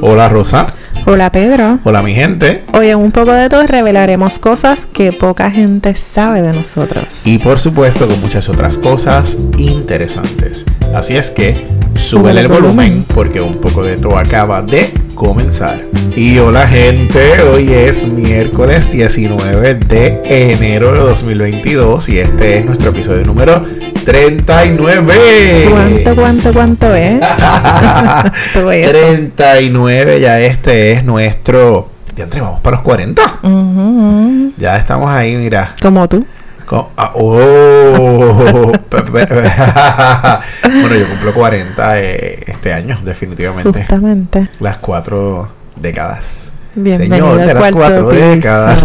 Hola Rosa. Hola Pedro. Hola mi gente. Hoy en un poco de todo revelaremos cosas que poca gente sabe de nosotros. Y por supuesto con muchas otras cosas interesantes. Así es que súbele el volumen porque un poco de todo acaba de comenzar. Y hola gente, hoy es miércoles 19 de enero de 2022 y este es nuestro episodio número 39. ¿Cuánto, cuánto, cuánto es? Ah, Todo eso. 39, ya este es nuestro... Ya entre, vamos para los 40. Ujú, ujú. Ya estamos ahí, mira. Como tú. Co- ah, oh. Pe- pe- bueno, yo cumplo 40 eh, este año, definitivamente. Justamente. Las cuatro décadas. Bienvenido Señor de al las cuarto cuatro piso. décadas.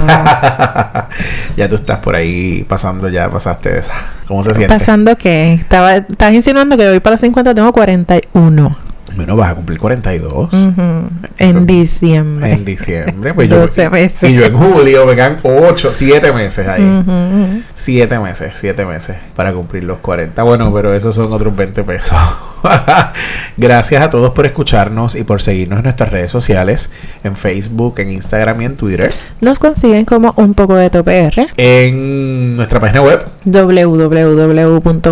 ya tú estás por ahí pasando, ya pasaste esa. ¿Cómo se siente? ¿Pasando qué? Estaba, estás insinuando que voy para los 50, tengo 41. Bueno, vas a cumplir 42 Ujú, En diciembre. en diciembre. Pues yo, 12 Mm. meses. Mm. Y yo en julio me quedan 8, 7 meses ahí. Ujú, ujú. Siete meses, siete meses para cumplir los 40. Bueno, pero esos son otros 20 pesos. Gracias a todos por escucharnos y por seguirnos en nuestras redes sociales, en Facebook, en Instagram y en Twitter, Nos consiguen como un poco de topr. en nuestra página web.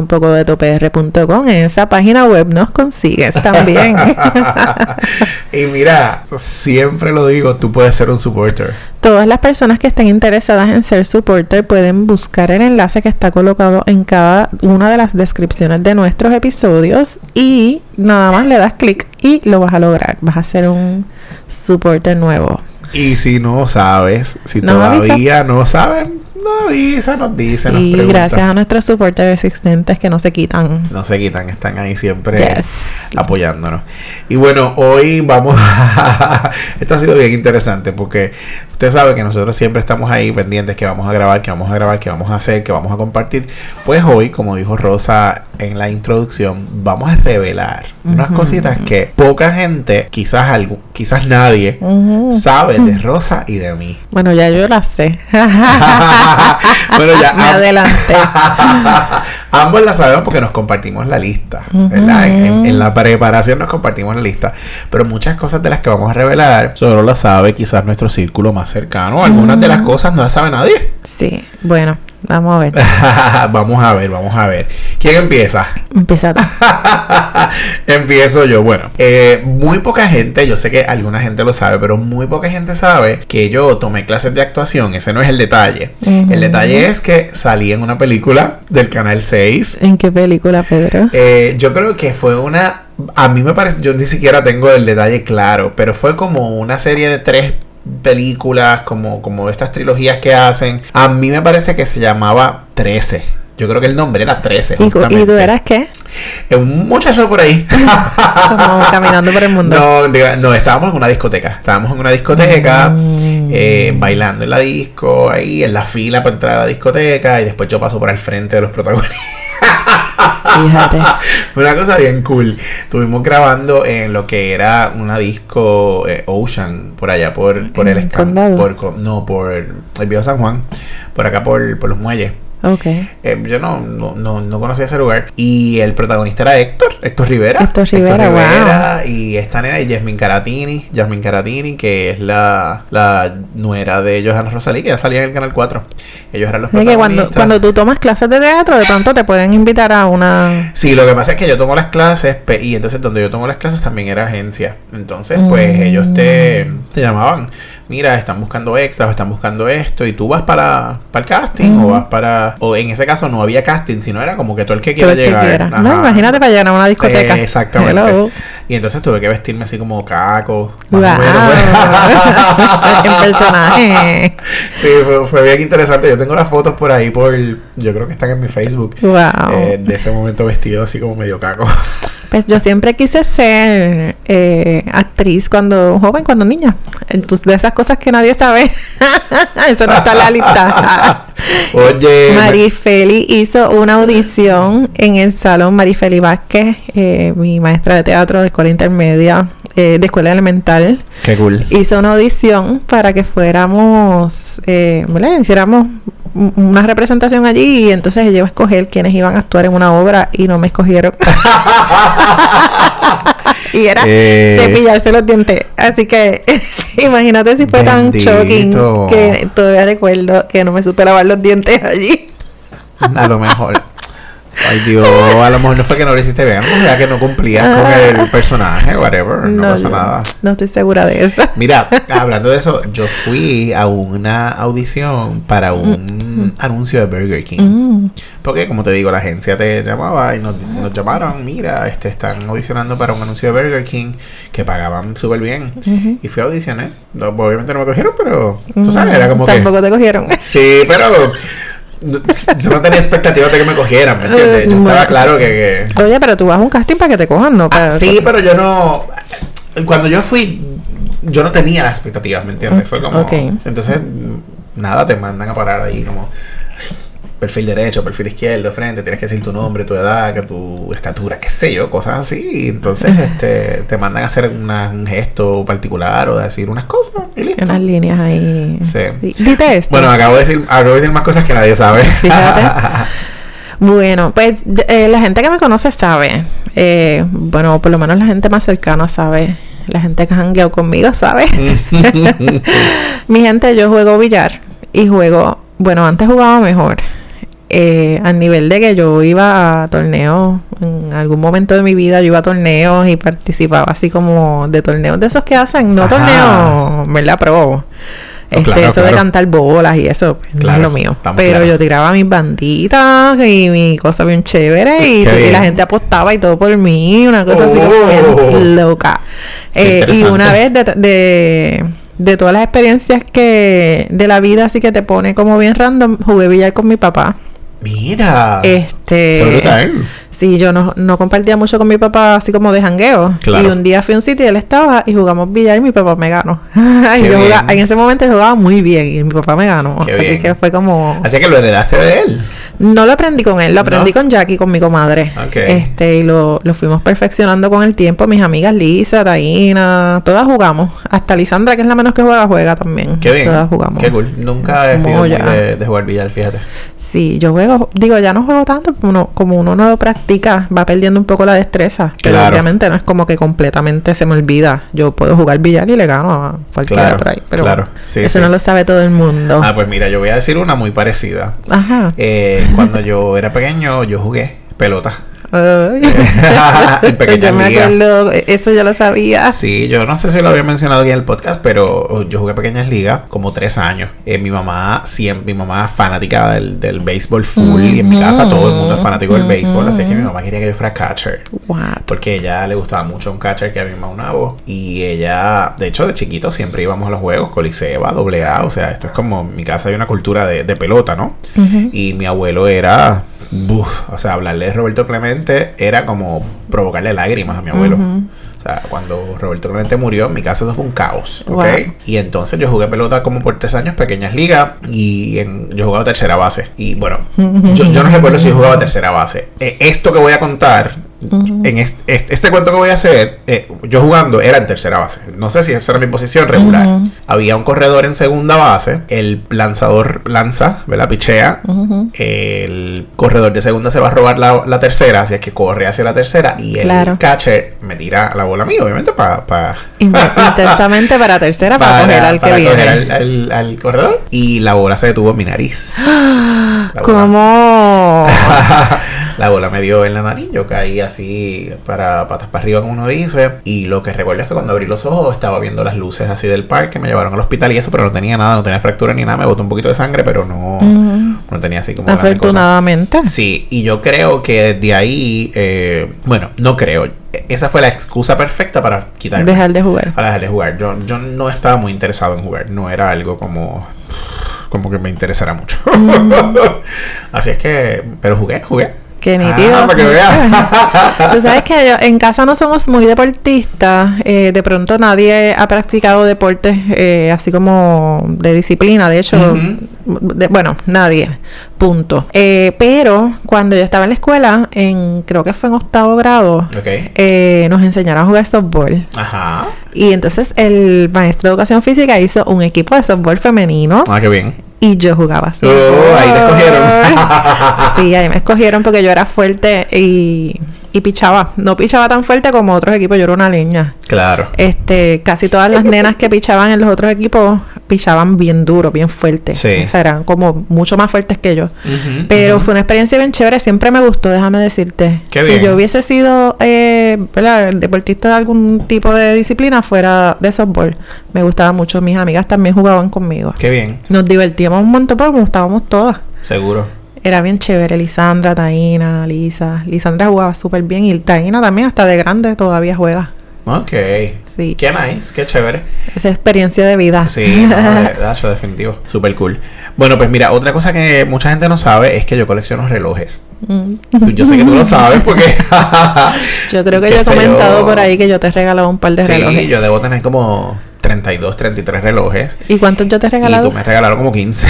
www.unpocodetopr.com En esa página web nos consigues también. y mira, siempre lo digo, tú puedes ser un supporter. Todas las personas que estén interesadas en ser supporter pueden buscar el enlace que está colocado en cada una de las descripciones de nuestros episodios y nada más le das clic y lo vas a lograr. Vas a ser un supporter nuevo. Y si no sabes, si Nos todavía no saben, nos avisa, nos dice, nos y pregunta. gracias a nuestros supporters existentes que no se quitan. No se quitan, están ahí siempre. Yes. apoyándonos. Y bueno, hoy vamos a... Esto ha sido bien interesante porque usted sabe que nosotros siempre estamos ahí pendientes que vamos a grabar, que vamos a grabar, que vamos a hacer, que vamos a compartir. Pues hoy, como dijo Rosa en la introducción, vamos a revelar unas cositas que poca gente, quizás algún, quizás nadie, Ujú. sabe de Rosa y de mí. Bueno, ya yo la sé. bueno, ya... ah. Me am- adelanté. Ambos la sabemos porque nos compartimos la lista, ¿verdad? En, en- en la preparación nos compartimos la lista, pero muchas cosas de las que vamos a revelar solo las sabe quizás nuestro círculo más cercano. Algunas de las cosas no las sabe nadie. Sí, bueno, vamos a ver. vamos a ver, vamos a ver. ¿Quién empieza? Empieza. tú. Empiezo yo. Bueno, eh, muy poca gente, yo sé que alguna gente lo sabe, pero muy poca gente sabe que yo tomé clases de actuación. Ese no es el detalle. Ujú. El detalle es que salí en una película del Canal 6. ¿En qué película, Pedro? Eh, yo creo que fue una. A mí me parece. Yo ni siquiera tengo el detalle claro, pero fue como una serie de tres películas, como, como estas trilogías que hacen. A mí me parece que se llamaba 13. Yo creo que el nombre era 13. ¿Y, cu- justamente. y tú eras qué? Eh, Un muchacho por ahí. Como caminando por el mundo. No, diga- no, estábamos en una discoteca. Estábamos en una discoteca, Mm. eh, bailando en la disco, ahí en la fila para entrar a la discoteca, y después yo paso por el frente de los protagonistas. Fíjate. Una cosa bien cool. Estuvimos grabando en lo que era una disco eh, Ocean, por allá, por, por el ¿En escan- Condado? por con- no, por el Viejo San Juan, por acá por, por los muelles. Ok. Eh, yo no, no, no, no conocía ese lugar. Y el protagonista era Héctor, Héctor Rivera. Héctor Rivera, wow. Y esta nena, y Yasmin Caratini, Yasmin Caratini, que es la, la nuera de Johanna Rosalí, que ya salía en el Canal 4. Ellos eran los Es que cuando, protagonistas. cuando tú tomas clases de teatro, de pronto te pueden invitar a una. Sí, lo que pasa es que yo tomo las clases pe- y entonces donde yo tomo las clases también era agencia. Entonces, pues Mm. ellos te, te llamaban, mira, están buscando extras, o están buscando esto y tú vas para, para el casting o Ujú. vas para... O en ese caso no había casting, sino era como que tú el que Tú quiera el que llegar. quieras. No, Ajá. imagínate para llegar a una discoteca. Eh, exactamente. Hello. Y entonces tuve que vestirme así como caco. Wow. más o pues. menos. en personaje. Sí, fue, fue bien interesante. Yo tengo las fotos por ahí, por... Yo creo que están en mi Facebook. Wow. eh, de ese momento vestido así como medio caco. Pues yo siempre quise ser eh, actriz cuando joven, cuando niña. Entonces, de esas cosas que nadie sabe. Eso no está en la lista. Oye, me- Marifeli hizo una audición en el salón Marifeli Vázquez, eh, mi maestra de teatro de escuela intermedia, eh, de escuela elemental. Qué cool. Hizo una audición para que fuéramos, eh, ¿verdad? hiciéramos un- una representación allí y entonces ella iba a escoger quienes iban a actuar en una obra y no me escogieron. y era Eh. cepillarse los dientes. Así que imagínate si fue Bendito. tan shocking que todavía recuerdo que no me supe lavar los dientes allí. A lo mejor. Ay Dios, a lo mejor no fue que no lo hiciste bien, a lo mejor era que no cumplías con el personaje, whatever, no, pasa yo nada. No estoy segura de eso. Mira, hablando de eso, yo fui a una audición para un anuncio de Burger King. Mm. Porque, como te digo, la agencia te llamaba y nos, nos llamaron, mira, este, están audicionando para un anuncio de Burger King que pagaban súper bien. Y fui a audicionar. No, obviamente no me cogieron, pero tú sabes, era como que... Tampoco te cogieron. Sí, pero no- yo no tenía expectativas de que me cogieran, ¿me entiendes? Yo Bueno. estaba claro que... que- Oye, pero tú vas a un casting para que te cojan, ¿no? Ah, Para- sí, pero yo no... Cuando yo fui, yo no tenía las expectativas, ¿me entiendes? Fue como... Ok. Entonces, nada, te mandan a parar ahí como... Perfil derecho, perfil izquierdo, frente, tienes que decir tu nombre, tu edad, que tu estatura, qué sé yo, cosas así. Y entonces este, te mandan a hacer una- un gesto particular o decir unas cosas y listo. unas líneas ahí. Sí. Dite esto. Bueno, acabo de, decir, acabo de decir más cosas que nadie sabe. Fíjate. Bueno, pues d- eh, la gente que me conoce sabe. Eh, bueno, por lo menos la gente más cercana sabe. La gente que ha hangueado conmigo sabe. Mi gente, yo juego billar y juego. Bueno, antes jugaba mejor. Eh, al nivel de que yo iba a torneos, en algún momento de mi vida yo iba a torneos y participaba así como de torneos de esos que hacen, no Ajá. Oh, torneos, ¿verdad? Pro. Este, claro, eso de claro. cantar bolas y eso, pues, no Claro, es lo mío. estamos Pero claros. yo tiraba mis banditas y mi cosa bien chévere y, Pues Qué y bien. la gente apostaba y todo por mí, una cosa así como Oh. bien loca. Qué Eh, y interesante. una vez de, de, de todas las experiencias que de la vida así que te pone como bien random, jugué billar con mi papá. Mira. Este, Qué Ah, brutal. Sí, yo no, no compartía mucho con mi papá así como de jangueo. Claro. Y un día fui a un sitio y él estaba y jugamos billar y mi papá me ganó. Y Qué yo jugaba- bien. en ese momento yo jugaba muy bien y mi papá me ganó. Qué así bien. que fue como... Así que lo heredaste de él. No lo aprendí con él, lo aprendí ¿No? con Jackie, con mi comadre. Ok. Este, y lo, lo fuimos perfeccionando con el tiempo. Mis amigas Lisa, Taina, todas jugamos. Hasta Lisandra, que es la menos que juega, juega también. Qué bien. Todas jugamos. Qué cool. Nunca he sido muy Moya. de, de jugar billar, fíjate. Sí, yo juego, digo, ya no juego tanto, como uno, como uno no lo practica, va perdiendo un poco la destreza. Pero Claro. obviamente no es como que completamente se me olvida. Yo puedo jugar billar y le gano a cualquiera Claro, por ahí. Pero claro. Sí, eso sí. no lo sabe todo el mundo. Ah, pues mira, yo voy a decir una muy parecida. Ajá. Eh, cuando yo era pequeño, yo jugué pelota. Ay. En pequeñas yo me ligas. acuerdo, e-, eso yo lo sabía. Sí, yo no sé si lo había mencionado aquí en el podcast, pero yo jugué pequeñas ligas como tres años. Eh, mi mamá, siempre, mi mamá es fanática del, del béisbol full y en mi casa todo el mundo es fanático del béisbol, así que mi mamá quería que yo fuera catcher. What? Porque ella le gustaba mucho un catcher que había en Maunabo. Y ella, de hecho, de chiquito siempre íbamos a los juegos, Coliseba, doble A. O sea, esto es como en mi casa hay una cultura de, de pelota, ¿no? Y mi abuelo era. buf, o sea, hablarle de Roberto Clemente era como provocarle lágrimas a mi abuelo. O sea, cuando Roberto Clemente murió, en mi casa eso fue un caos. ¿ok? Wow. Y entonces yo jugué pelota como por tres años, pequeñas ligas, y en- yo jugaba tercera base. Y bueno, yo, yo no recuerdo si yo jugaba tercera base. Eh, esto que voy a contar, en est- est- este, cuento que voy a hacer, eh, yo jugando era en tercera base. No sé si esa era mi posición regular. Había un corredor en segunda base, el lanzador lanza, ¿verdad? Pichea. El corredor de segunda se va a robar la, la tercera, así es que corre hacia la tercera y el Claro. catcher me tira la bola a mí, obviamente, para... In- Intensamente para tercera Ah, para, coger al para que coger viene. al- al- al corredor. Y la bola se detuvo en mi nariz. La bola- ¿Cómo? la bola me dio en la nariz, yo caí así para patas para arriba, como uno dice. Y lo que recuerdo es que cuando abrí los ojos estaba viendo las luces así del parque, me llevaron al hospital y eso, pero no tenía nada, no tenía fractura ni nada, me botó un poquito de sangre, pero no, no tenía así como grande cosa. Mm. Afortunadamente. Sí, y yo creo que de ahí, eh, bueno, no creo. Esa fue la excusa perfecta para quitarme. Dejar de jugar. Para dejar de jugar. Yo, yo no estaba muy interesado en jugar. No era algo como. Como que me interesara mucho. Así es que. Pero jugué, jugué. Mm. Qué Ah, nítido. para que veas. Tú sabes que yo- en casa no somos muy deportistas. eh, de pronto nadie ha practicado deportes eh, así como de disciplina. De hecho, de- bueno, nadie. Punto. Eh, pero cuando yo estaba en la escuela, en creo que fue en octavo grado, ok. eh, nos enseñaron a jugar softball. Ajá. Y entonces el maestro de educación física hizo un equipo de softball femenino Ah, qué bien. y yo jugaba softball. Oh, ahí te escogieron. sí, ahí me escogieron porque yo era fuerte y y pichaba. No pichaba tan fuerte como otros equipos, yo era una leña. Claro. Este, casi todas las nenas que pichaban en los otros equipos pichaban bien duro, bien fuerte. Sí. O sea, eran como mucho más fuertes que yo. Ujú, Pero ujú. fue una experiencia bien chévere, siempre me gustó, déjame decirte. Qué si bien. yo hubiese sido eh, ¿verdad? deportista de algún tipo de disciplina fuera de softball, me gustaba mucho, mis amigas también jugaban conmigo. Qué bien, Nos divertíamos un montón porque nos gustábamos todas. seguro. Era bien chévere, Lisandra, Taina, Lisa. Lisandra jugaba súper bien y Taina también hasta de grande todavía juega. Ok. Sí, Qué nice, qué chévere. esa experiencia de vida. Sí, no, eh, de- de- eso definitivo. Super cool. Bueno, pues mira, otra cosa que mucha gente no sabe es que yo colecciono relojes. Mm. Tú- Yo sé que tú lo sabes porque. Yo creo que Qué yo he sé comentado yo. por ahí que yo te he regalado un par de sí, relojes. yo debo tener como 32, 33 relojes. ¿Y cuántos yo te he Y regalado? tú me has regalado como 15.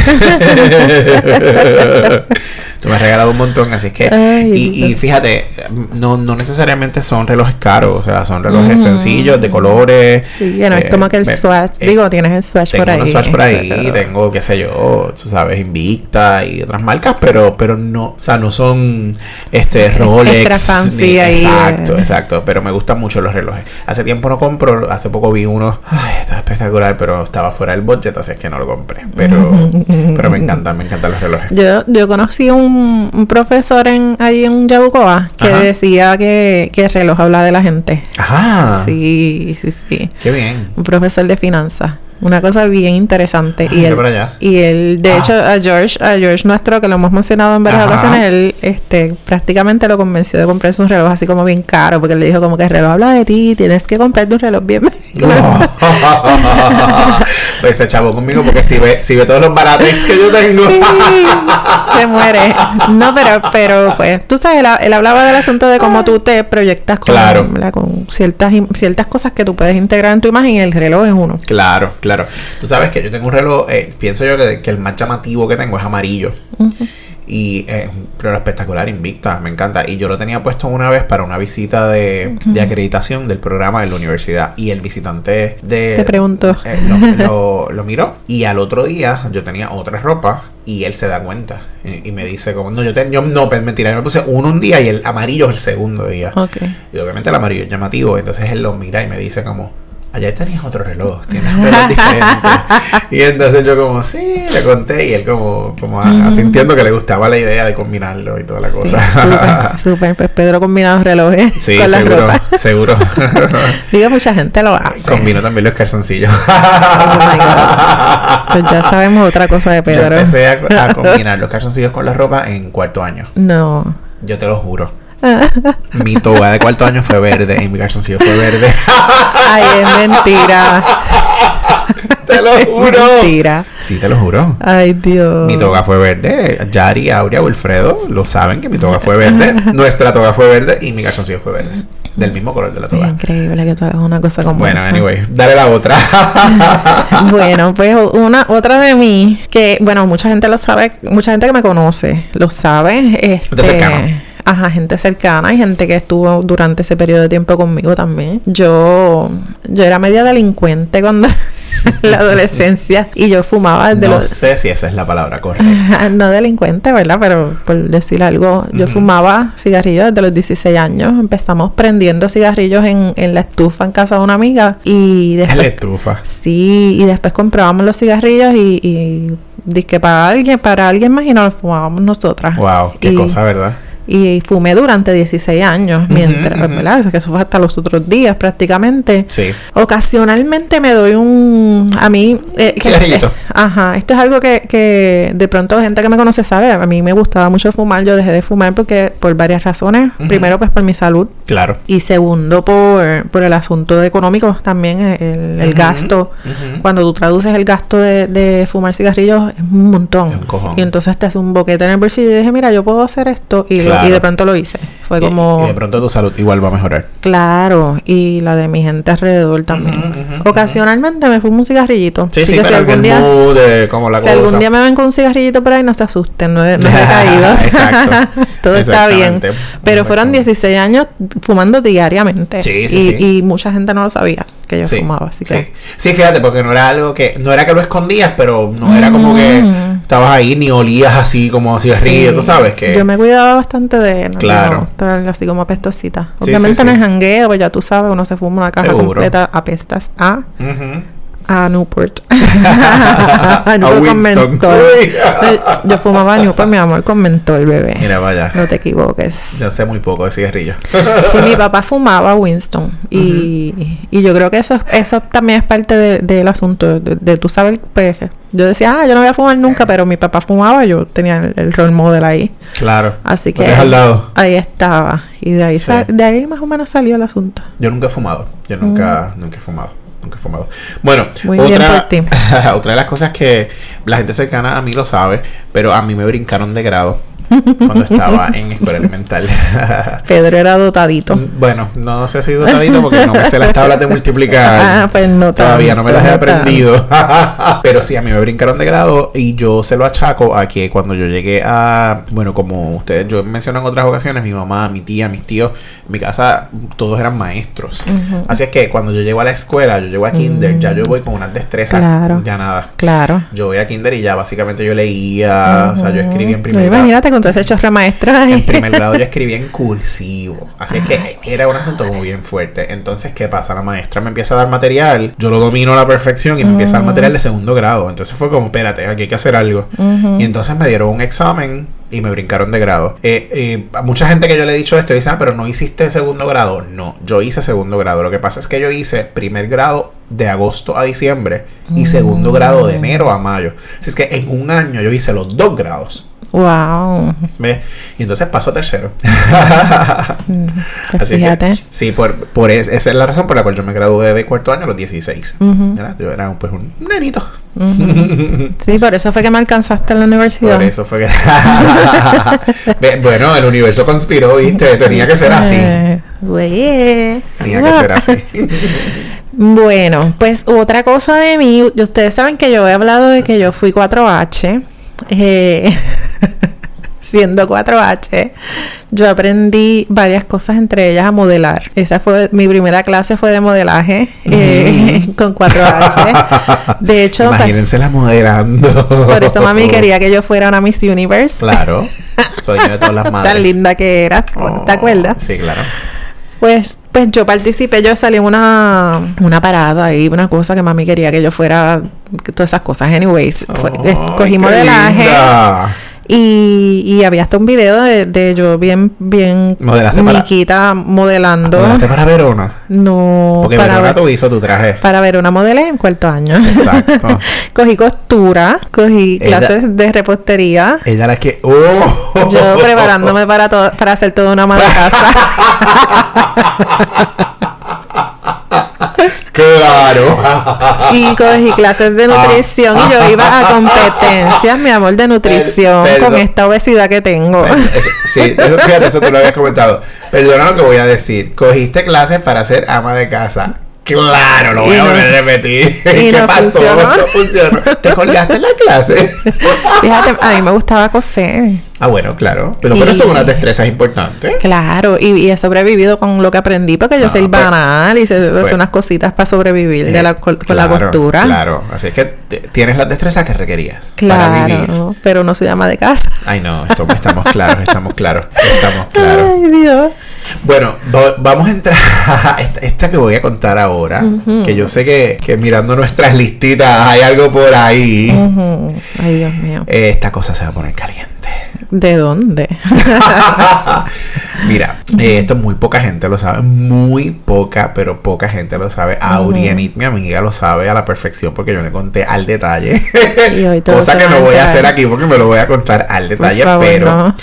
tú me has regalado un montón, así es que... Ay, y, y Dios. fíjate, no, no necesariamente son relojes caros, o sea, son relojes Ujú. sencillos, de colores. Mm. Sí, que no es eh, como que el me- swatch. eh, digo, tienes el swatch tengo por ahí. unos Swatch por ahí, pero- tengo, qué sé yo, tú sabes, Invicta y otras marcas, pero pero no, o sea, no son este Rolex. fancy ahí, Exacto, eh. exacto, pero me gustan mucho los relojes. Hace tiempo no compro, hace poco vi uno, ay, está espectacular, pero estaba fuera del budget, así es que no lo compré, pero pero me encantan, me encantan los relojes. Yo, yo conocí un, un profesor en, ahí en Yabucoa que Ajá. decía que, que el reloj habla de la gente. Ajá. Sí, sí, sí. Qué bien. Un profesor de finanzas. Una cosa bien interesante. Ay, y, Ah, yo él, por allá. y él, de Ah. hecho, a George, a George nuestro, que lo hemos mencionado en varias Ajá. ocasiones, él este, prácticamente lo convenció de comprarse un reloj así como bien caro, porque le dijo como que el reloj habla de ti, tienes que comprarte un reloj bien. pues se chavo conmigo porque si ve, si ve todos los baratex que yo tengo. se muere. No, pero, pero pues, tú sabes, él, ha- él hablaba del asunto de cómo tú te proyectas con, Claro. ¿verdad? con ciertas, im- ciertas cosas que tú puedes integrar en tu imagen y el reloj es uno. Claro, claro. Tú sabes que yo tengo un reloj, eh, pienso yo que, que el más llamativo que tengo es amarillo. Y eh, es un reloj espectacular, invicta, me encanta. Y yo lo tenía puesto una vez para una visita de, de acreditación del programa de la universidad. Y el visitante de... Te preguntó. eh, lo, lo- lo miró. Y al otro día yo tenía otra ropa y él se da cuenta. Y, y me dice como, no, yo, te, yo no, pe- mentira, yo me puse uno un día y el amarillo es el segundo día. Ok. Y obviamente el amarillo es llamativo. Entonces él lo mira y me dice como, allá tenías otro reloj, tienes un reloj diferente. y entonces yo como, sí, le conté. Y él como, como a- asintiendo que le gustaba la idea de combinarlo y toda la Sí, cosa. súper, súper. Pues Pedro combina los relojes Sí, con la seguro, ropa. seguro. Digo, mucha gente lo hace. Combino también los calzoncillos. Oh my God. Pues ya sabemos otra cosa de Yo Pedro. empecé a, a combinar los calzoncillos con la ropa en cuarto año. No. Yo te lo juro. Mi toga de cuarto año fue verde y mi calzoncillo fue verde. Ay, es mentira. te lo Es juro. mentira. Sí, te lo juro. Ay, Dios. Mi toga fue verde. Yari, Aurea, Wilfredo lo saben que mi toga fue verde. Nuestra toga fue verde y mi calzoncillo fue verde. Del mismo color de la Es toga. increíble que tú hagas una cosa como Bueno, esa. anyway, dale la otra. Bueno, pues una otra de mí que bueno, mucha gente lo sabe, mucha gente que me conoce lo sabe, este cercana. Ajá, gente cercana y gente que estuvo durante ese periodo de tiempo conmigo también. Yo yo era media delincuente cuando en la adolescencia y yo fumaba desde no los sé si esa es la palabra correcta. no delincuente, ¿verdad? Pero por decir algo, yo Ujú. fumaba cigarrillos desde los 16 años. Empezamos prendiendo cigarrillos en, en la estufa en casa de una amiga y Es la después estufa. Ah, este. Sí, y después comprábamos los cigarrillos y, y disque para alguien, para alguien más y nos los fumábamos nosotras. Wow, qué y, cosa, ¿verdad? Y fumé durante 16 años, mientras, ujú. ¿verdad? O sea, que eso fue hasta los otros días prácticamente. Sí. Ocasionalmente me doy un... A mí... eh, que- Cigarrillito. eh, ajá. Esto es algo que, que de pronto la gente que me conoce sabe. A mí me gustaba mucho fumar. Yo dejé de fumar porque por varias razones. Ujú. Primero, pues por mi salud. Claro. Y segundo, por, por el asunto económico también, el, el Ujú, gasto. ujú. Cuando tú traduces el gasto de, de fumar cigarrillos, es un montón. Es un cojón. y entonces te hace un boquete en el bolsillo y dije, mira, yo puedo hacer esto. Y, lo- Claro. y de pronto lo hice. Fue Y- como, y de pronto tu salud igual va a mejorar. claro. Y la de mi gente alrededor también. Ujú, ujú, Ocasionalmente me fumo un cigarrillito. Sí, Así sí, que si pero en el algún día... mood de como la Si algún cosa. día me ven con un cigarrillito por ahí, no se asusten, no he, no he caído. Exacto. Todo está bien. Exactamente. Pero fueron 16 años fumando diariamente. Sí, sí, y, sí. y mucha gente no lo sabía que yo sí, fumaba, así sí. que. Sí, fíjate, porque no era algo que... No era que lo escondías, pero no era como que... Mm. estabas ahí ni olías así como cigarrillo, Sí. tú sabes que... Yo me cuidaba bastante de no Claro. quiero estar así como apestosita. Sí, Obviamente sí, en sí. el jangueo, pues ya tú sabes, uno se fuma una caja Seguro. completa, apestas a, Ujú. a Newport. A a Newport con Winston. mentol. Uy. Eh, Yo fumaba Newport, mi amor, con mentol, bebé. Mira, vaya. No te equivoques. Yo sé muy poco de cigarrillos. Sí, mi papá fumaba Winston. Y, y yo creo que eso, eso también es parte de- del asunto. De, de tú saber, pues, yo decía, ah, yo no voy a fumar nunca, pero mi papá fumaba, yo tenía el, el role model ahí. Claro. Así Lo que tienes al lado. ahí estaba. Y de ahí, Sí. sa- de ahí más o menos salió el asunto. Yo nunca he fumado. Yo nunca, nunca he fumado. Nunca he fumado. Bueno, Mm. Muy bien otra, por ti. otra de las cosas que la gente cercana a mí lo sabe, pero a mí me brincaron de grado cuando estaba en escuela elemental. Pedro era dotadito. bueno, no sé si dotadito porque no me sé las tablas de multiplicar. Ah, pues no Todavía no me las he tanto, no aprendido. Pero sí, a mí me brincaron de grado y yo se lo achaco a que cuando yo llegué a, bueno, como ustedes, yo menciono en otras ocasiones, mi mamá, mi tía, mis tíos, en mi casa todos eran maestros. Ujú. Mm. Así es que cuando yo llego a la escuela, yo llego a kinder, ya yo voy con unas destrezas Claro. ganadas. Claro. Yo voy a kinder y ya básicamente yo leía, o sea, yo escribía en primer grado. Imagínate con todos esos chorre maestros ahí. En primer grado yo escribía en cursivo. Así es que era un asunto como bien fuerte. Entonces, ¿qué pasa? La maestra me empieza a dar material. Yo lo domino a la perfección y me empieza a dar material de segundo grado. Entonces fue como, espérate, aquí hay que hacer algo. Y entonces me dieron un examen y me brincaron de grado. Eh, eh, a mucha gente que yo le he dicho esto dice, ah, pero no hiciste segundo grado. No, yo hice segundo grado. Lo que pasa es que yo hice primer grado de agosto a diciembre y segundo grado de enero a mayo. Así es que en un año yo hice los dos grados. Wow. ¿Ves? Y entonces pasó a tercero. Mm, pues Así que, fíjate. sí, por, por es- esa es la razón por la cual yo me gradué de cuarto año a los 16. Ujú. ¿Verdad? Yo era pues un nenito. Sí, por eso fue que me alcanzaste en la universidad. Por eso fue que... Ve, bueno, el universo conspiró, ¿viste? Tenía que ser así. Eh, güey. Tenía que ser así. Bueno, pues otra cosa de mí, y ustedes saben que yo he hablado de que yo fui 4H. eh, siendo 4H, yo aprendí varias cosas, entre ellas a modelar. Esa fue mi primera clase fue de modelaje eh, con 4H. De hecho, pues, Imagínense la modelando. por eso mami quería que yo fuera una Miss Universe. Claro. Sueño de todas las madres. Tan linda que era, Oh, ¿te acuerdas? Sí, claro. Pues, pues yo participé, yo salí en una, una parada ahí, una cosa que mami quería que yo fuera, que todas esas cosas, anyways. Fue- eh, Ay, escogí Oh, qué modelaje linda. y, y había hasta un video de, de yo bien, bien Modelaste para- miquita modelando. ¿Modelaste para Verona? No, Porque para Verona ver, tú hizo tu traje. para ver una modela en cuarto año. Exacto. cogí costura, cogí Ella- clases de repostería. Ella la que. ¡Oh! Yo preparándome para todo, para hacer toda una ama de casa. ¡Claro! y cogí clases de nutrición y yo iba a competencias, mi amor, de nutrición Per- perdón. con esta obesidad que tengo. Eso- sí, eso, fíjate, eso tú lo habías comentado. Perdona lo que voy a decir. Cogiste clases para ser ama de casa. Claro, lo voy Y a no- volver a repetir. y ¿Qué no pasó? funcionó. No funcionó. Te colgaste en la clase. Fíjate, a mí me gustaba coser. Ah, bueno, claro. Pero, Y- pero son unas destrezas importantes. Claro, y, y he sobrevivido con lo que aprendí porque yo Ah, soy pues, banal y sé pues. Eh, hacer unas cositas para sobrevivir de la, col- con la Claro, costura. Claro, así es que te- tienes las destrezas que requerías para vivir. Claro, pero no se llama de casa. Ay, no, esto- estamos claros, estamos claros, estamos claros. Ay, Dios. Bueno, va- vamos a entrar a esta, esta que voy a contar ahora. Que yo sé que, que mirando nuestras listitas hay algo por ahí. Ujú. Ay, Dios mío. Eh, esta cosa se va a poner caliente. ¿De dónde? Mira, eh, esto muy poca gente lo sabe. Muy poca, pero poca gente lo sabe. Aurianit, mi amiga, lo sabe a la perfección porque yo le conté al detalle. Y hoy todo cosa se que va no a voy a enterar. hacer aquí porque me lo voy a contar al Por detalle. favor, pero no.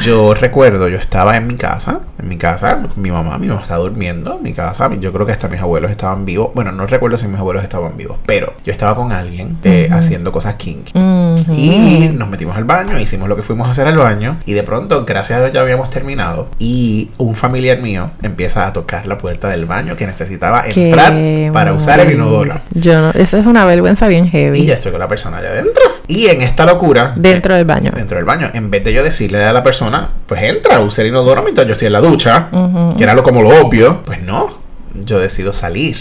Yo recuerdo, yo estaba en mi casa, en mi casa, mi mamá, mi mamá estaba durmiendo, en mi casa, yo creo que hasta mis abuelos estaban vivos. Bueno, no recuerdo si mis abuelos estaban vivos, pero yo estaba con alguien eh, haciendo cosas kinky. Ujú. Y nos metimos al baño, hicimos lo que fuimos a hacer al baño y de pronto, gracias a Dios, ya habíamos terminado y un familiar mío empieza a tocar la puerta del baño que necesitaba Qué entrar para usar el mal. inodoro. Yo no, esa es una vergüenza bien Y heavy. ya estoy con la persona allá adentro. Y en esta locura... Dentro del baño. dentro del baño. En vez de yo decirle a la persona, pues entra, usa el inodoro mientras yo estoy en la ducha, Mm. que era lo como lo obvio, pues no, yo decido salir.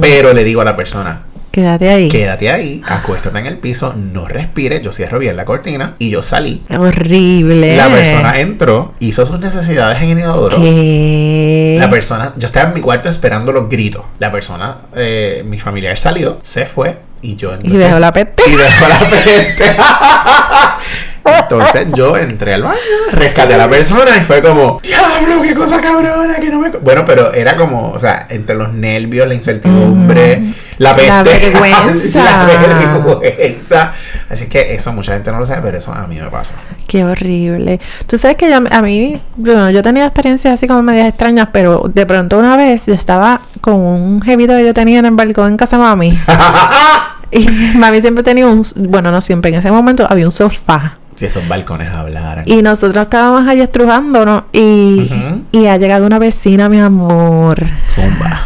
Pero le digo a la persona, mm. Quédate ahí. Quédate ahí, acuéstate en el piso, no respires, yo cierro bien la cortina y yo salí. Horrible. La persona entró, hizo sus necesidades en el inodoro. ¿Qué? La persona, yo estaba en mi cuarto esperando los gritos. La persona, eh, mi familiar salió, se fue y yo Y dejó la peste. y dejó la peste. Entonces yo entré al baño, rescaté a la persona y fue como, diablo, qué cosa cabrona, que no me... co-". Bueno, pero era como, o sea, entre los nervios, la incertidumbre, la peste. La vergüenza. la vergüenza. Así que eso mucha gente no lo sabe, pero eso a mí me pasó. Qué horrible. Tú sabes que yo- a mí, bueno, yo tenía experiencias así como medias extrañas, pero de pronto una vez yo estaba con un jevito que yo tenía en el balcón en casa de mami. Y mami siempre tenía un, bueno, no siempre, en ese momento había un sofá. Si esos balcones hablaran. Y nosotros estábamos allá estrujándonos y, Ujú. y ha llegado una vecina, mi amor, Zumba.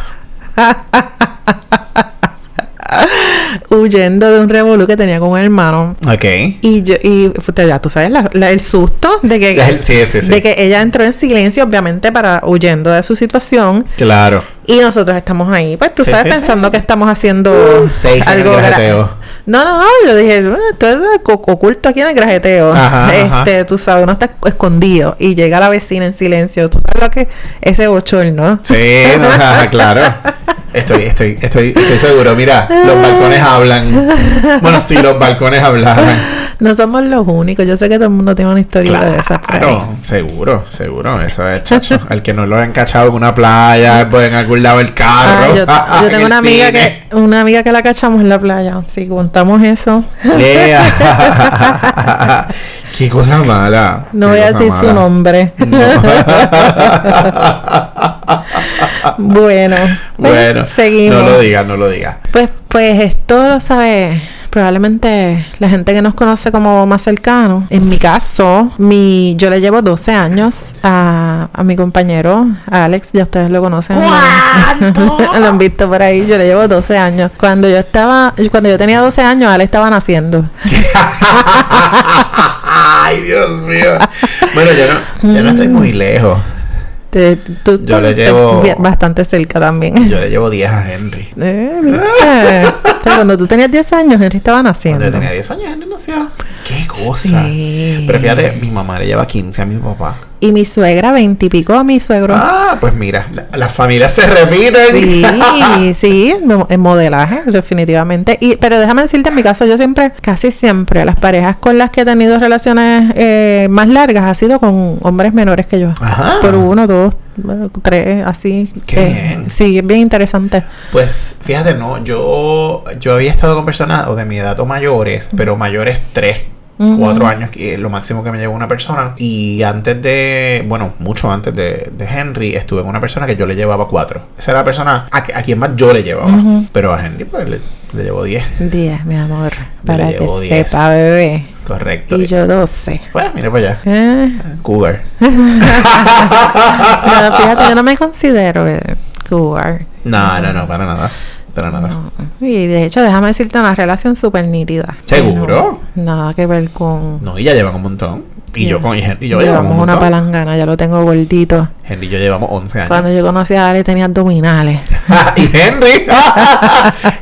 huyendo de un revolú que tenía con un hermano. Ok. Y yo, y puta, ya tú sabes, la- la- el susto de que, Sí, sí, sí. de que ella entró en silencio, obviamente, para huyendo de su situación. Claro. Y nosotros estamos ahí, pues tú Sí, sabes, sí, pensando sí. que estamos haciendo Uh, safe en algo el gra- grajeteo. No, no, no, yo dije, "Bueno, esto es co- oculto aquí en el grajeteo. Ajá, este, tú sabes, uno está escondido y llega la vecina en silencio. Tú sabes lo que ese bochorno. Sí, no, ajá, claro. Estoy, estoy, estoy, estoy seguro. Mira, los balcones hablan. Bueno, sí, los balcones hablan. No somos los únicos. Yo sé que todo el mundo tiene una historia de esas por ahí. Claro, seguro, seguro. Eso es, chacho. Al que no lo han cachado en una playa, pues en algún lado del Ah, carro. yo, yo en tengo el una amiga cine. que una amiga que la cachamos en la playa. Si contamos eso, Lea. Qué cosa mala. no Qué voy a cosa decir su mala. nombre. No. bueno, pues, bueno, seguimos. no lo digas, no lo digas. Pues, pues esto lo sabe probablemente la gente que nos conoce como más cercano. En mi caso, mi, yo le llevo 12 años a, a mi compañero a Alex, ya ustedes lo conocen. lo han- lo han visto por ahí, yo le llevo 12 años. Cuando yo estaba, cuando yo tenía 12 años, Alex estaba naciendo. Ay, Dios mío. Bueno, yo no, yo no estoy muy lejos. Te- tú- Yo le te- llevo- bastante cerca también. Yo le llevo 10 a Henry. Eh, ¿viste? O sea, cuando tú tenías 10 años, Henry estaba naciendo. Cuando yo tenía 10 años, Henry nació. ¡Qué cosa! Sí. Pero fíjate, mi mamá le lleva 15 a mi papá. Y mi suegra, 20 y pico a mi suegro. Ah, pues mira, la- las familias se repiten. Sí, sí, mo- en modelaje, definitivamente. Y, pero déjame decirte, en mi caso, yo siempre, casi siempre, las parejas con las que he tenido relaciones eh, más largas ha sido con hombres menores que yo. Ajá. Por uno, dos, bueno, tres, así. eh, Qué bien. Sí, es bien interesante. Pues fíjate, no, yo, yo había estado con personas o de mi edad o mayores, pero mayores tres, Ujú. cuatro años, que es lo máximo que me llegó una persona. Y antes de, bueno, mucho antes de, de Henry, estuve con una persona que yo le llevaba cuatro. Esa era la persona a, que- a quien más yo le llevaba. Pero a Henry, pues le, le llevo diez. Diez, mi amor, para que llevo diez. sepa, bebé. Correcto. Y yo 12. Pues mira para allá. ¿Eh? Cougar. Pero fíjate, yo no me considero eh, cougar. No, no, no, para nada. Para nada. No. Y de hecho, déjame decirte una relación súper nítida. Que ¿Seguro? no- nada que ver con. No, y ya llevan un montón. Y yo con y Henry, y yo llevamos, llevamos un una montón. palangana, ya lo tengo gordito. Henry y yo llevamos 11 años. Cuando yo conocí a Ale tenía abdominales. y Henry.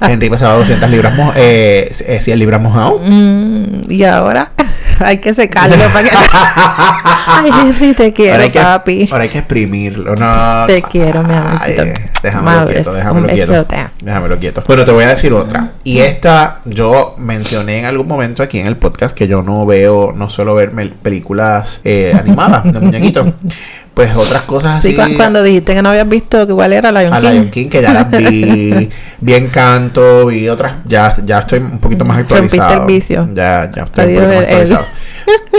Henry pesaba 200 libras, mo- eh, c- eh, 100 libras mojado. Mm, y ahora hay que secarlo para que. Ay, Henry, te quiero, hay que, papi. ahora hay que exprimirlo. No. Te quiero, mi Ay, amorcito. déjamelo Madre, quieto, un déjamelo quieto. besote. Déjamelo quieto. Bueno, te voy a decir otra. Y esta, yo mencioné en algún momento aquí en el podcast que yo no veo, no suelo ver mel- películas eh, animadas de muñequitos. Pues otras cosas así. Sí, cu- cuando dijiste que no habías visto que cuál era Lion a King. Lion King que ya las vi, vi Encanto, vi otras, ya, ya estoy un poquito más Rompiste actualizado. el vicio. Ya, ya estoy Adiós, un poquito más el- el- actualizado.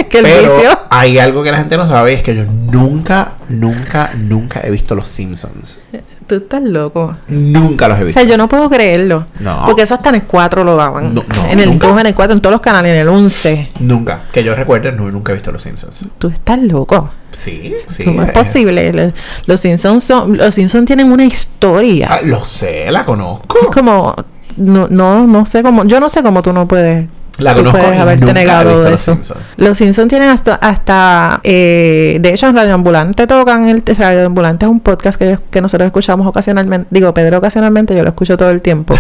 que "Oh, el Pero vicio. hay algo que la gente no sabe y es que yo nunca, nunca, nunca he visto los Simpsons. Tú estás loco. Nunca los he O visto. sea, yo no puedo creerlo. No. Porque eso hasta en el 4 lo daban. No, no, en el nunca. 2, en el 4, en todos los canales, en el 11. Nunca. Que yo recuerde, no, nunca he visto los Simpsons. Tú estás loco. Sí, sí. ¿Cómo es eh. posible? Le- Los Simpsons, son, los Simpsons tienen una historia. Ah, lo sé, la conozco. Es como. No, no, no sé cómo. Yo no sé cómo tú no puedes La Tú conozco puedes y haberte nunca he negado visto Los eso. Simpsons. Los Simpsons tienen hasta, hasta eh, de hecho en Radio Ambulante tocan el Radio Ambulante es un podcast que, ellos- que nosotros escuchamos ocasionalmente, digo Pedro ocasionalmente, yo lo escucho todo el tiempo.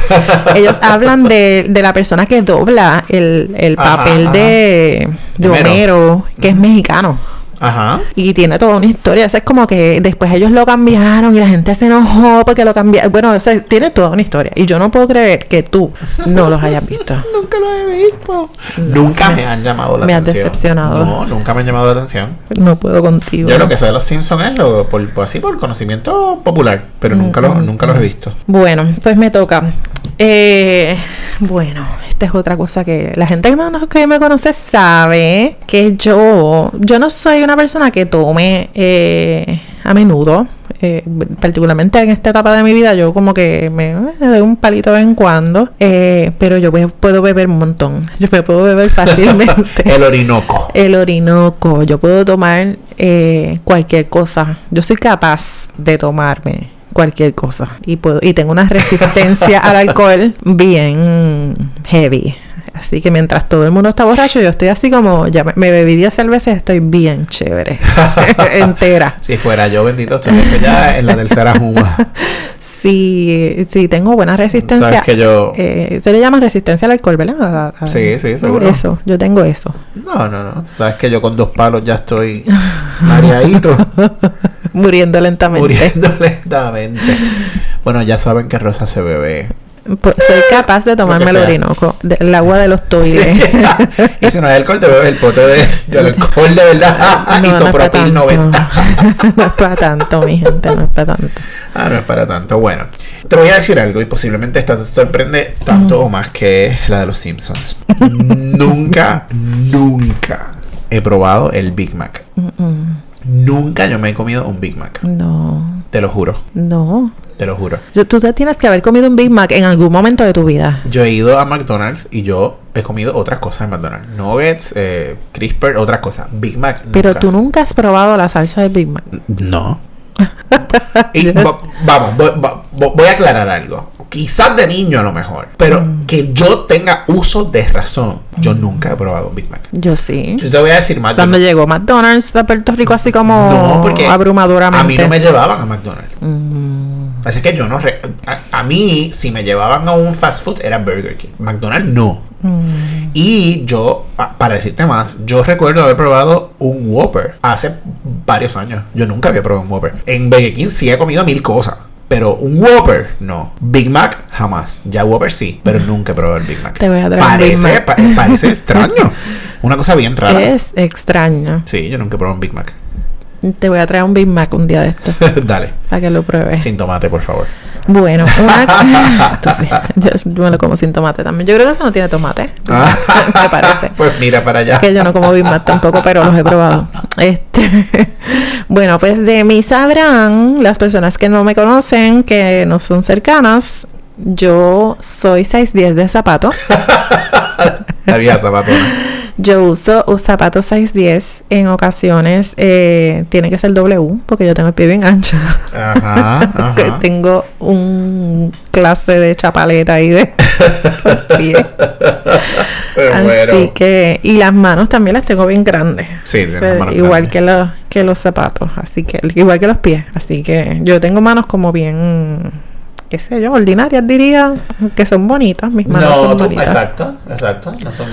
Ellos hablan de, de la persona que dobla el, el Ajá, papel ajá. de, de Homero. Homero, que es mexicano. Ajá. Y tiene toda una historia. Eso es como que después ellos lo cambiaron y la gente se enojó porque lo cambiaron. Bueno, o sea, tiene toda una historia. Y yo no puedo creer que tú no los hayas visto. Nunca lo he visto. nunca me, han llamado la me has atención. decepcionado. No, nunca me han llamado la atención. No puedo contigo. Yo lo que sé de los Simpsons es lo, por, por- así por conocimiento popular, pero nunca, los, nunca los he visto. Bueno, pues me toca. Eh, bueno, esta es otra cosa que la gente que me, que me conoce sabe que yo, yo no soy una persona que tome eh, a menudo. eh, particularmente en esta etapa de mi vida, yo como que me, me doy un palito de vez en cuando, eh, pero yo be- puedo beber un montón. Yo me puedo beber fácilmente. El Orinoco. El Orinoco, yo puedo tomar eh, cualquier cosa. Yo soy capaz de tomarme cualquier cosa y puedo y tengo una resistencia al alcohol bien heavy. Así que mientras todo el mundo está borracho, yo estoy así como ya me, me bebí 10 cervezas, estoy bien chévere, entera. Si fuera yo, bendito, estuviese ya en la tercera juma. Sí, sí, tengo buena resistencia. Sabes que yo. Eh, se le llama resistencia al alcohol, ¿verdad? A- a- Sí, sí, seguro. Eso, yo tengo eso. No, no, no. Sabes que yo con dos palos ya estoy mareadito, Muriendo lentamente. muriendo lentamente. Bueno, ya saben que Rosa se bebe. Pues, soy capaz de tomarme el Eh, sea. orinoco, de- el agua de los toiles. y si no hay alcohol, te bebes el pote de, del alcohol de verdad. No, no es para Isopropil tanto. 90. no es para tanto, mi gente, no es para tanto. Ah, no es para tanto. Bueno, te voy a decir algo y posiblemente esta te sorprende tanto o más que la de los Simpsons. nunca, nunca he probado el Big Mac. Mm, Nunca yo me he comido un Big Mac. No, Te lo juro, no. te lo juro. O sea, Tú te tienes que haber comido un Big Mac en algún momento de tu vida. Yo he ido a McDonald's y yo he comido otras cosas en McDonald's. Nuggets, eh, Crisper, otras cosas. Big Mac. Pero nunca. tú nunca has probado la salsa de Big Mac. No. Y va- vamos, voy, va- vo- voy a aclarar algo. Quizás de niño a lo mejor, pero que yo tenga uso de razón. Yo nunca he probado un Big Mac. Yo sí. Yo te voy a decir más. yo Cuando llegó McDonald's a Puerto Rico así como no, porque abrumadoramente. a mí no me llevaban a McDonald's. Así que yo no. re- a, a mí, si me llevaban a un fast food, era Burger King. McDonald's no. Mm. Y yo, pa- para decirte más, yo recuerdo haber probado un Whopper hace varios años. Yo nunca había probado un Whopper. En Burger King sí he comido mil cosas. Pero un Whopper, no. Big Mac, jamás. Ya Whopper sí, pero nunca he probado el Big Mac. Te voy a traer un Big parece, Mac. pa- parece extraño. Una cosa bien rara. Es extraño. Sí, yo nunca he probado un Big Mac. Te voy a traer un Big Mac un día de esto Dale. para que lo pruebes. Sin tomate, por favor. Bueno, una... Estúpida. yo, yo me lo como sin tomate también. Yo creo que eso no tiene tomate. me parece. Ah. Pues mira para allá. Que yo no como Big Mac tampoco, pero los he probado. Este, bueno, pues de mí sabrán las personas que no me conocen, que no son cercanas. Yo soy 6'10 de zapato. Había zapatona. Yo uso un zapato 6'10. En ocasiones eh, tiene que ser W, porque yo tengo el pie bien ancho. Ajá, que ajá. tengo un clase de chapaleta ahí de pie. Pero Así bueno. que, y las manos también las tengo bien grandes. Sí, tiene las manos igual grandes. que los, que los zapatos, así que, igual que los pies. Así que yo tengo manos como bien, qué sé yo, ordinarias diría, que son bonitas, mis manos No, son tú- bonitas. exacto, exacto. No son...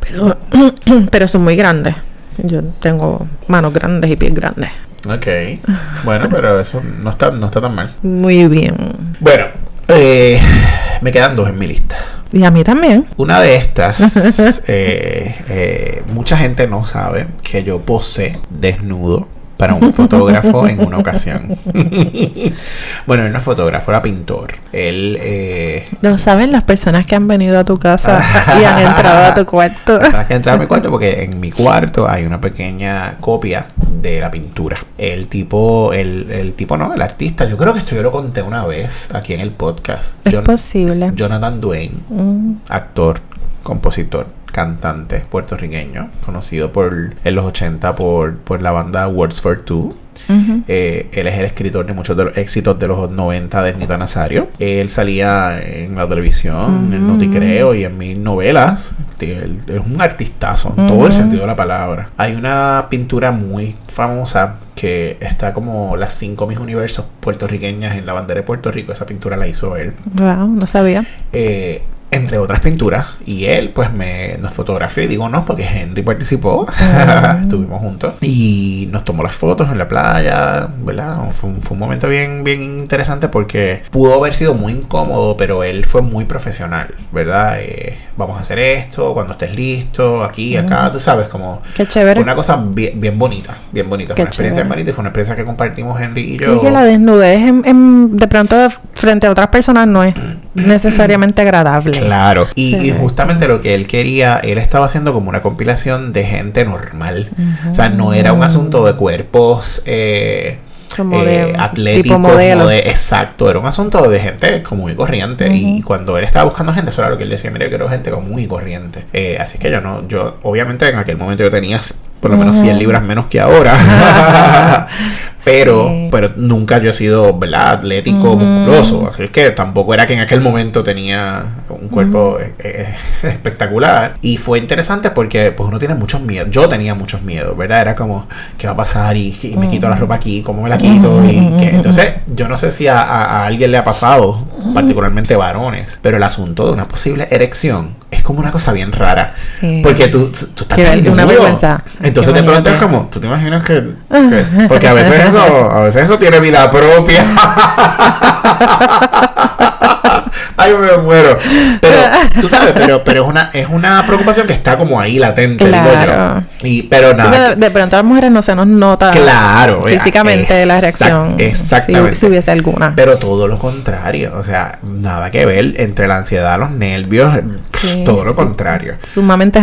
Pero, pero son muy grandes. Yo tengo manos grandes y pies grandes. Ok. Bueno, pero eso no está, no está tan mal. Muy bien. Bueno, eh, me quedan dos en mi lista. Y a mí también. Una de estas, eh, eh, mucha gente no sabe que yo posé desnudo para un fotógrafo en una ocasión. bueno, él no es fotógrafo, era pintor. Él eh, Lo saben las personas que han venido a tu casa y han entrado a tu cuarto. Sabes que entrar a mi cuarto porque en mi cuarto hay una pequeña copia de la pintura. El tipo, el, el tipo no, el artista. Yo creo que esto yo lo conté una vez aquí en el podcast. Es Jon- posible. Jonathan Duane, Eh. Mm, actor, compositor, cantante puertorriqueño, conocido por en los 80 por, por la banda Words for Two. Ujú. Eh, él es el escritor de muchos de los éxitos de los 90 de Ernita Nazario. Él salía en la televisión, en Ujú. Noticreo y en mil novelas. Este, él es un artistazo en todo el Ujú. sentido de la palabra. Hay una pintura muy famosa que está como las cinco mis universos puertorriqueñas en la bandera de Puerto Rico. Esa pintura la hizo él Wow, no sabía. eh, entre otras pinturas. Y él, pues, me, nos fotografió. Y digo, no, porque Henry participó. Ah. Estuvimos juntos. Y nos tomó las fotos en la playa, ¿verdad? Fue un, fue un momento bien, bien interesante porque pudo haber sido muy incómodo, pero él fue muy profesional, ¿verdad? Eh, vamos a hacer esto, cuando estés listo, aquí, Ah. acá, tú sabes, como... Qué Fue chévere. una cosa bien, bien bonita, bien bonita. Qué fue una experiencia chévere. bonita y fue una experiencia que compartimos Henry y yo. Y que la desnudez en- en- de pronto de- frente a otras personas no es necesariamente agradable. Claro. Y, Sí. y justamente lo que él quería, él estaba haciendo como una compilación de gente normal. O sea, no era un asunto de cuerpos eh, Como eh, de atléticos. tipo modelo. mode- exacto, era un asunto de gente común y corriente. Y- Y cuando él estaba buscando gente, eso era lo que él decía, mira, yo quiero gente común y corriente. Eh, así es que yo no, yo obviamente en aquel momento yo tenía por lo menos 100 libras menos que ahora. Pero, Sí. pero nunca yo he sido, ¿verdad? Atlético, musculoso. Así es que tampoco era que en aquel momento tenía un cuerpo eh, eh, espectacular. Y fue interesante porque pues uno tiene muchos miedos. Yo tenía muchos miedos, ¿verdad? Era como, ¿qué va a pasar? Y, y me quito la ropa aquí, ¿cómo me la quito? Y que, entonces, yo no sé si a, a- a alguien le ha pasado, particularmente varones, pero el asunto de una posible erección es como una cosa bien rara. Sí. Porque tú, tú estás Qué tan ver- una desnudo. vergüenza. Entonces de Imagínate. pronto es como, tú te imaginas que, que- porque a veces eso, a veces eso tiene vida propia. Ay, me muero. Pero, tú sabes, pero, pero es una, es una preocupación que está como ahí latente, digo yo. Claro. Y, pero Sí, nada. pero de, de pronto a las mujeres no se nos nota Claro, físicamente la exact- reacción. si- exactamente. Si, hubiese alguna. Pero todo lo contrario, o sea, nada que ver entre la ansiedad, los nervios, pff, Sí, todo lo sí. contrario. Sumamente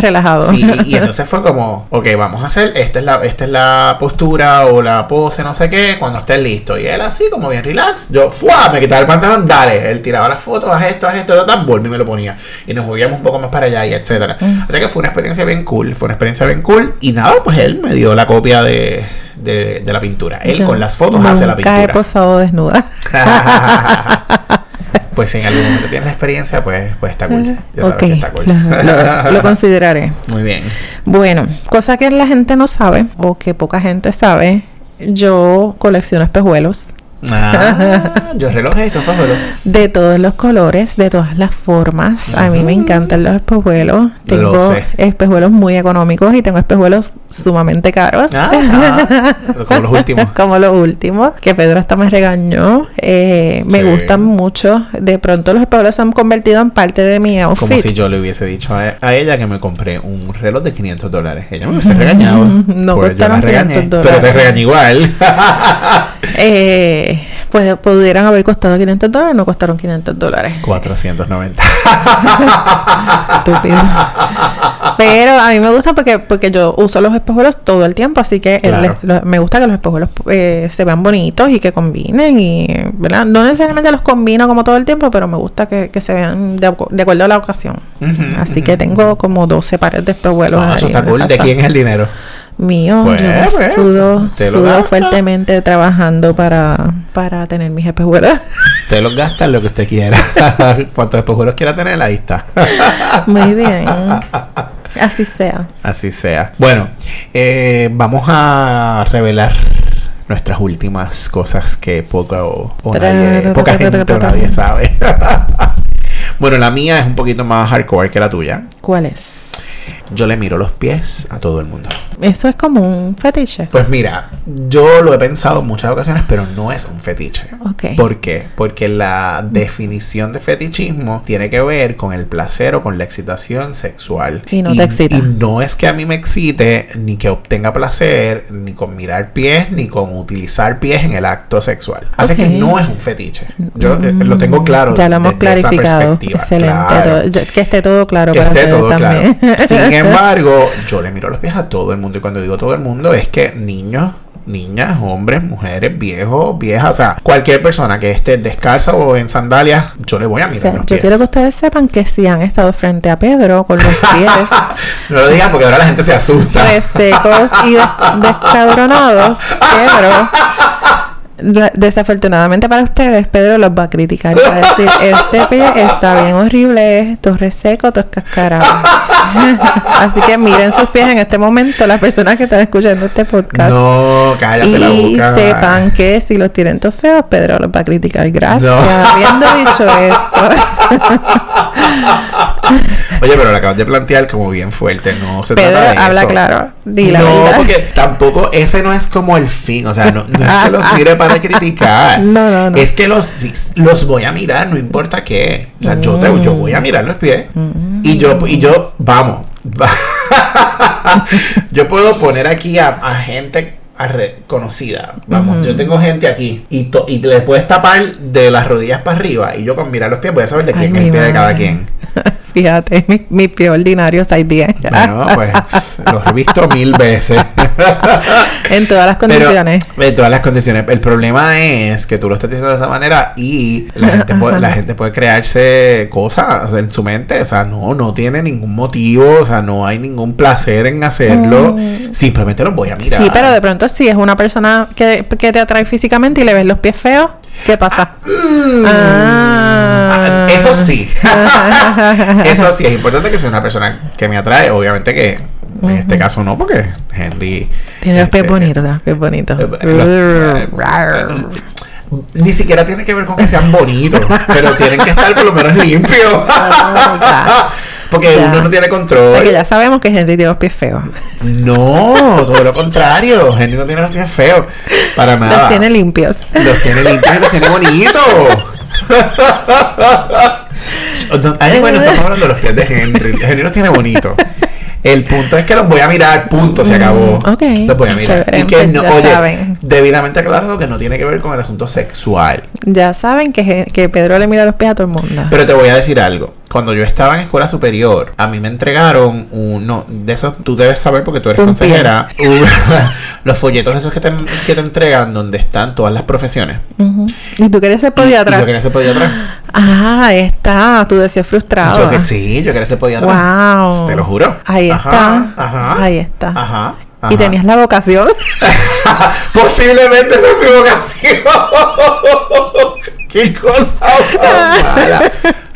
relajado. Sí, y- y entonces fue como, ok, vamos a hacer, esta es la, esta es la postura o la pose, no sé qué, cuando estés listo. Y él así, como bien relax, yo, ¡fua! Me quitaba el pantalón, dale. Él tiraba las fotos, haz esto, haz esto, ta, ta, volví y me lo ponía. Y nos movíamos un poco más para allá y etcétera. Mm. Así que fue una experiencia bien cool, fue una experiencia bien cool. Y nada, pues él me dio la copia de, de, de la pintura. Él Yo con las fotos hace la Nunca he pintura. posado desnuda. pues si en algún momento tienes la experiencia, pues, pues está cool. Ya sabes ok, que está cool. lo- lo- lo consideraré. Muy bien. Bueno, cosa que la gente no sabe o que poca gente sabe, yo colecciono espejuelos Ah, yo relojé estos pájaros. de todos los colores, de todas las formas. A mí me encantan los espejuelos. Lo Tengo sé. espejuelos muy económicos y tengo espejuelos sumamente caros. Ah, ah, como los últimos. Como los últimos, que Pedro hasta me regañó. Eh, me Sí. gustan mucho. De pronto los espejuelos se han convertido en parte de mi outfit. Como si yo le hubiese dicho a, a ella que me compré un reloj de 500 dólares. Ella me hubiese regañado. No costaron 500 Pero te dólares. regañé igual. Eh, pues pudieran haber costado 500 dólares, no costaron 500 dólares. 490. Estúpido. Pero a mí me gusta porque, porque yo uso los espejuelos todo el tiempo, así que el- Claro. lo- me gusta que los espejuelos eh, se vean bonitos y que combinen. y ¿verdad? No necesariamente los combino como todo el tiempo, pero me gusta que, que se vean de, acu- de acuerdo a la ocasión. Ujú, así que tengo como 12 pares de espejuelos. Ah, eso ahí está en la cool. ¿De casa. quién es el dinero? Mío, Pues, yo me pues, sudo, usted lo sudo gasta. fuertemente trabajando para, para tener mis espejuelos. Usted los gasta en lo que usted quiera. Cuantos espejuelos quiera tener, ahí está. Muy bien. Así sea. Así sea. Bueno, eh, vamos a revelar nuestras últimas cosas que poca o, o Tra- nadie- tra- poca tra- tra- gente o tra- nadie sabe. bueno, la mía es un poquito más hardcore que la tuya. ¿Cuál es? Yo le miro los pies a todo el mundo. Eso es como un fetiche. Pues mira, yo lo he pensado en muchas ocasiones, pero no es un fetiche. Ok. Pues, ¿Por qué? Porque la definición de fetichismo tiene que ver con el placer o con la excitación sexual. Y no te excita. y no es que a mí me excite, ni que obtenga placer, ni con mirar pies, ni con utilizar pies en el acto sexual. Así Ok. que no es un fetiche. Yo eh, lo tengo claro. Mm, Ya lo hemos desde esa clarificado. perspectiva. Excelente. Claro. todo- ya- que esté todo claro Que para esté ustedes todo también. claro. Sin embargo, yo le miro los pies a todo el mundo y cuando digo todo el mundo es que niños, niñas, hombres, mujeres, viejos, viejas, o sea, cualquier persona que esté descalza o en sandalias, yo le voy a O mirar sea, los yo pies. quiero que ustedes sepan que si han estado frente a Pedro con los pies no lo digas porque ahora la gente se asusta. resecos y des- descabronados, Pedro. la- Desafortunadamente para ustedes, Pedro los va a criticar. y Va a decir: Este pie está bien horrible, esto es reseco, esto es cascarado. Así que miren sus pies en este momento, las personas que están escuchando este podcast. No, cállate la Y boca. sepan que si los tienen todos feos, Pedro los va a criticar. Gracias. No. Habiendo dicho eso, Oye, pero lo acabas de plantear como bien fuerte, no se Pedro trata de habla eso. claro. Di la no, verdad. porque tampoco ese no es como el fin, o sea, no, no es que los mire para criticar. No, no, no. Es que los, sí, los voy a mirar, no importa qué. O sea, yo, te, yo voy a mirar los pies. Y yo, y yo, vamos. yo puedo poner aquí a, a gente arre- conocida. Vamos, yo tengo gente aquí y, to- y les puedes tapar de las rodillas para arriba. Y yo con mirar los pies voy a saber de Ay, quién es mi el pie de cada madre. quien. Fíjate, mi, mi pie ordinario 610. Bueno, pues los he visto mil veces. en todas las Pero, condiciones. en todas las condiciones. El problema es que tú lo estás diciendo de esa manera y la gente puede, la gente puede crearse cosas en su mente. O sea, no, no tiene ningún motivo. O sea, no hay ningún placer en hacerlo. Simplemente los voy a mirar. Mm. Sí, pero de pronto si es una persona que, que te atrae físicamente y le ves los pies feos, ¿qué pasa? Mm. Ah. Ah, Eso sí. Eso sí, es importante que sea una persona que me atrae. Obviamente que en este caso no, porque Henry. Tiene los pies este, bonitos, los pies bonitos. Eh, los- eh, Rar. Ni siquiera tiene que ver con que sean bonitos, pero tienen que estar por lo menos limpios. Ah, ya. Porque Ya. uno no tiene O control. sea que ya sabemos que Henry tiene los pies feos. No, todo lo contrario. Henry no tiene los pies feos. Para nada. Los tiene limpios. Los tiene limpios y los tiene bonitos. No, Ay, bueno, estamos hablando de los pies de Henry. Henry los tiene bonitos. El punto es que los voy a mirar, punto, se acabó. Mm, ok, Los voy a mirar. chévere, y que pues no, ya oye, saben. debidamente aclarado que no tiene que ver con el asunto sexual. Ya saben que, Gen- que Pedro le mira los pies a todo el mundo. Pero te voy a decir algo. Cuando yo estaba en escuela superior, a mí me entregaron uno de esos, tú debes saber porque tú eres Un pie. consejera, un- los folletos esos que te, que te entregan donde están todas las profesiones. Ujú. ¿Y tú querías ser Y podiatra? yo quería ser podiatra. Ah, ahí está. Tú decías frustrado. Yo que sí, yo quería ser podiatra. Ah, Wow. Te lo juro. Ahí Ajá, está. Ajá. Ahí está. Ajá. Y ajá. tenías la vocación. Posiblemente esa es mi vocación. ¡Qué cosa tan mala!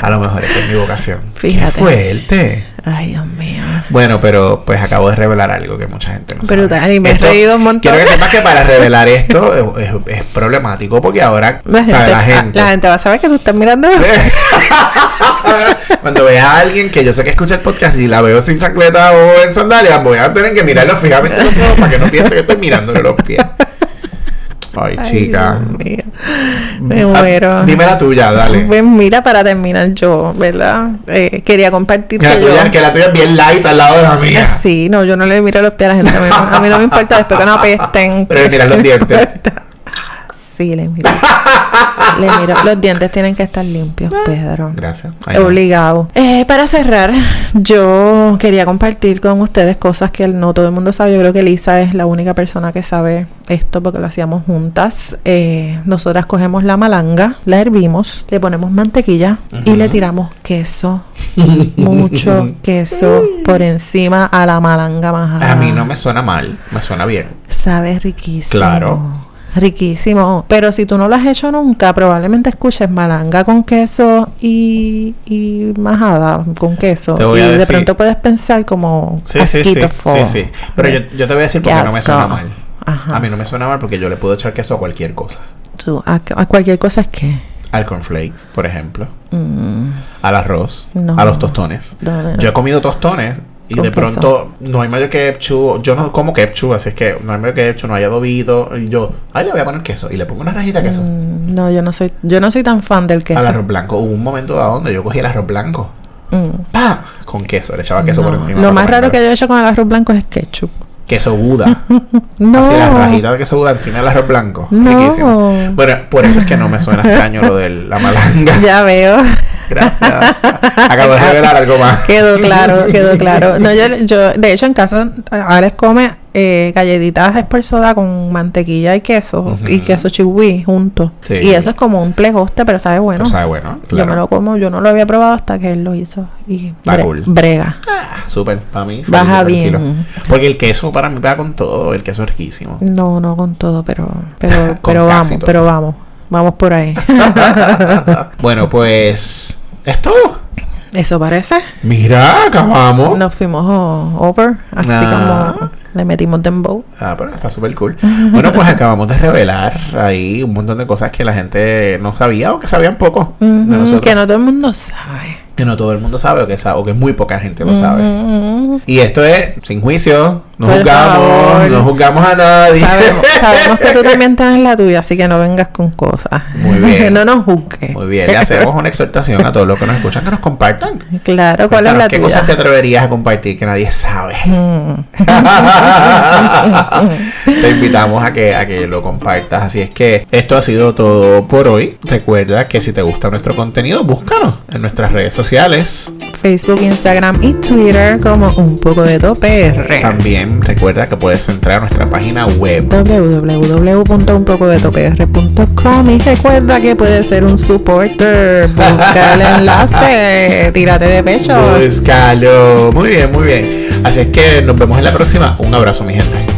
A lo mejor esa es mi vocación. Fíjate. ¡Qué fuerte! Ay, Dios mío. Bueno, pero pues acabo de revelar algo que mucha gente no sabe. Brutal, y me he reído un montón. Quiero que sepas que para revelar esto es, es- es problemático porque ahora La gente, ah, sabe, la la- gente. la gente va a saber que tú estás mirando. Cuando vea a alguien que yo sé que escucha el podcast y la veo sin chancleta o en sandalias, voy a tener que mirarlo fijamente los ojos para que no piense que estoy mirándole los pies. Ay, Ay, chica. Dios mío. me Ah, muero. Dime la tuya, dale. Pues mira, para terminar yo, ¿verdad? Eh, quería compartirte La yo. tuya, que la tuya es bien light al lado de la mía. Sí, no, yo no le miro los pies a la gente. A mí, no- a mí no me importa después que no apesten. Pero le miras los No dientes. importa. Sí, le miro. le miro. Los dientes tienen que estar limpios, Pedro. Gracias. Ay, no. Obligado. Eh, para cerrar, yo quería compartir con ustedes cosas que no todo el mundo sabe. Yo creo que Lisa es la única persona que sabe esto porque lo hacíamos juntas. Eh, nosotras cogemos la malanga, la hervimos, le ponemos mantequilla y le tiramos queso. Mucho queso por encima a la malanga majada. A mí no me suena mal, me suena bien. Sabe riquísimo. Claro. Riquísimo. Pero si tú no lo has hecho nunca, probablemente escuches malanga con queso y, y majada con queso. Te voy y a de decir- pronto puedes pensar como Sí, sí, sí, asquito, sí, fo. sí. Pero yo, yo te voy a decir por qué no me asco. suena mal. Ajá. A mí no me suena mal porque yo le puedo echar queso a cualquier cosa. Tú, a, a cualquier cosa es que... Al cornflakes, por ejemplo. mm, Al arroz. No. A los tostones. no, no, no. Yo he comido tostones y Con de pronto no hay mayo que ketchup. Yo no como ketchup, así es que no hay mayo que ketchup, no hay adobito. Y yo, ay, le voy a poner queso. Y le pongo una rajita de queso. Mm, no, yo no soy, yo no soy tan fan del queso. Al arroz blanco. Hubo un momento dado donde yo cogí el arroz blanco. Mm, ¡Pa! Con queso. Le echaba queso no. por encima. Lo para más raro comérmelo. que yo he hecho con el arroz blanco es ketchup. Queso Buda. No. Así la rajita de queso Buda encima del arroz blanco. No. Riquísimo. Bueno, por eso es que no me suena extraño lo de la malanga. Ya veo. Gracias. Acabo de revelar algo más. Quedó claro, quedó claro. No, yo, yo, de hecho, en casa Alex come eh, galletitas esparzadas con mantequilla y queso Ujú. y queso chihui juntos. Sí. Y eso es como un plegoste, pero sabe bueno. Pero sabe bueno, Yo claro. me lo como, yo no lo había probado hasta que él lo hizo. Y Está bre- cool. brega. Ah, Súper, para mí. feliz, Baja tranquilo. bien. Porque el queso para mí va con todo. El queso es riquísimo. No, no con todo, pero, pero, Con pero casi vamos, todo. pero vamos. Vamos por ahí. bueno, pues. ¿Es todo? eso parece. Mira, acabamos. Nos fuimos oh, over, así Ah. como le metimos dembow. Ah, pero está súper cool. Bueno, pues acabamos de revelar ahí un montón de cosas que la gente no sabía o que sabían poco de Ujú, nosotros. Mm, que no todo el mundo sabe. Mm, Que no todo el mundo sabe o que, sabe, o que muy poca gente lo sabe. Ujú, Y esto es sin juicio, no Por juzgamos, favor. no juzgamos a nadie. Sabemos, sabemos que tú también tienes la tuya, así que no vengas con cosas. Muy bien. no nos juzgues. Muy bien, le hacemos una exhortación a todos los que nos escuchan que nos compartan. Claro, ¿cuál Cuéntanos, ¿Qué es la cosas te tuya? atreverías a compartir que nadie sabe? Mm. Te invitamos a que, a que lo compartas. Así es que esto ha sido todo por hoy. Recuerda que si te gusta nuestro contenido, búscanos en nuestras redes sociales. Eh. Facebook, Instagram y Twitter como un poco de toper. También recuerda que puedes entrar a nuestra página web. www.unpocodetopr.com y recuerda que puedes ser un supporter. Busca el enlace, tírate de pecho. Búscalo. Muy bien, muy bien. Así es que nos vemos en la próxima. Un abrazo, mi gente.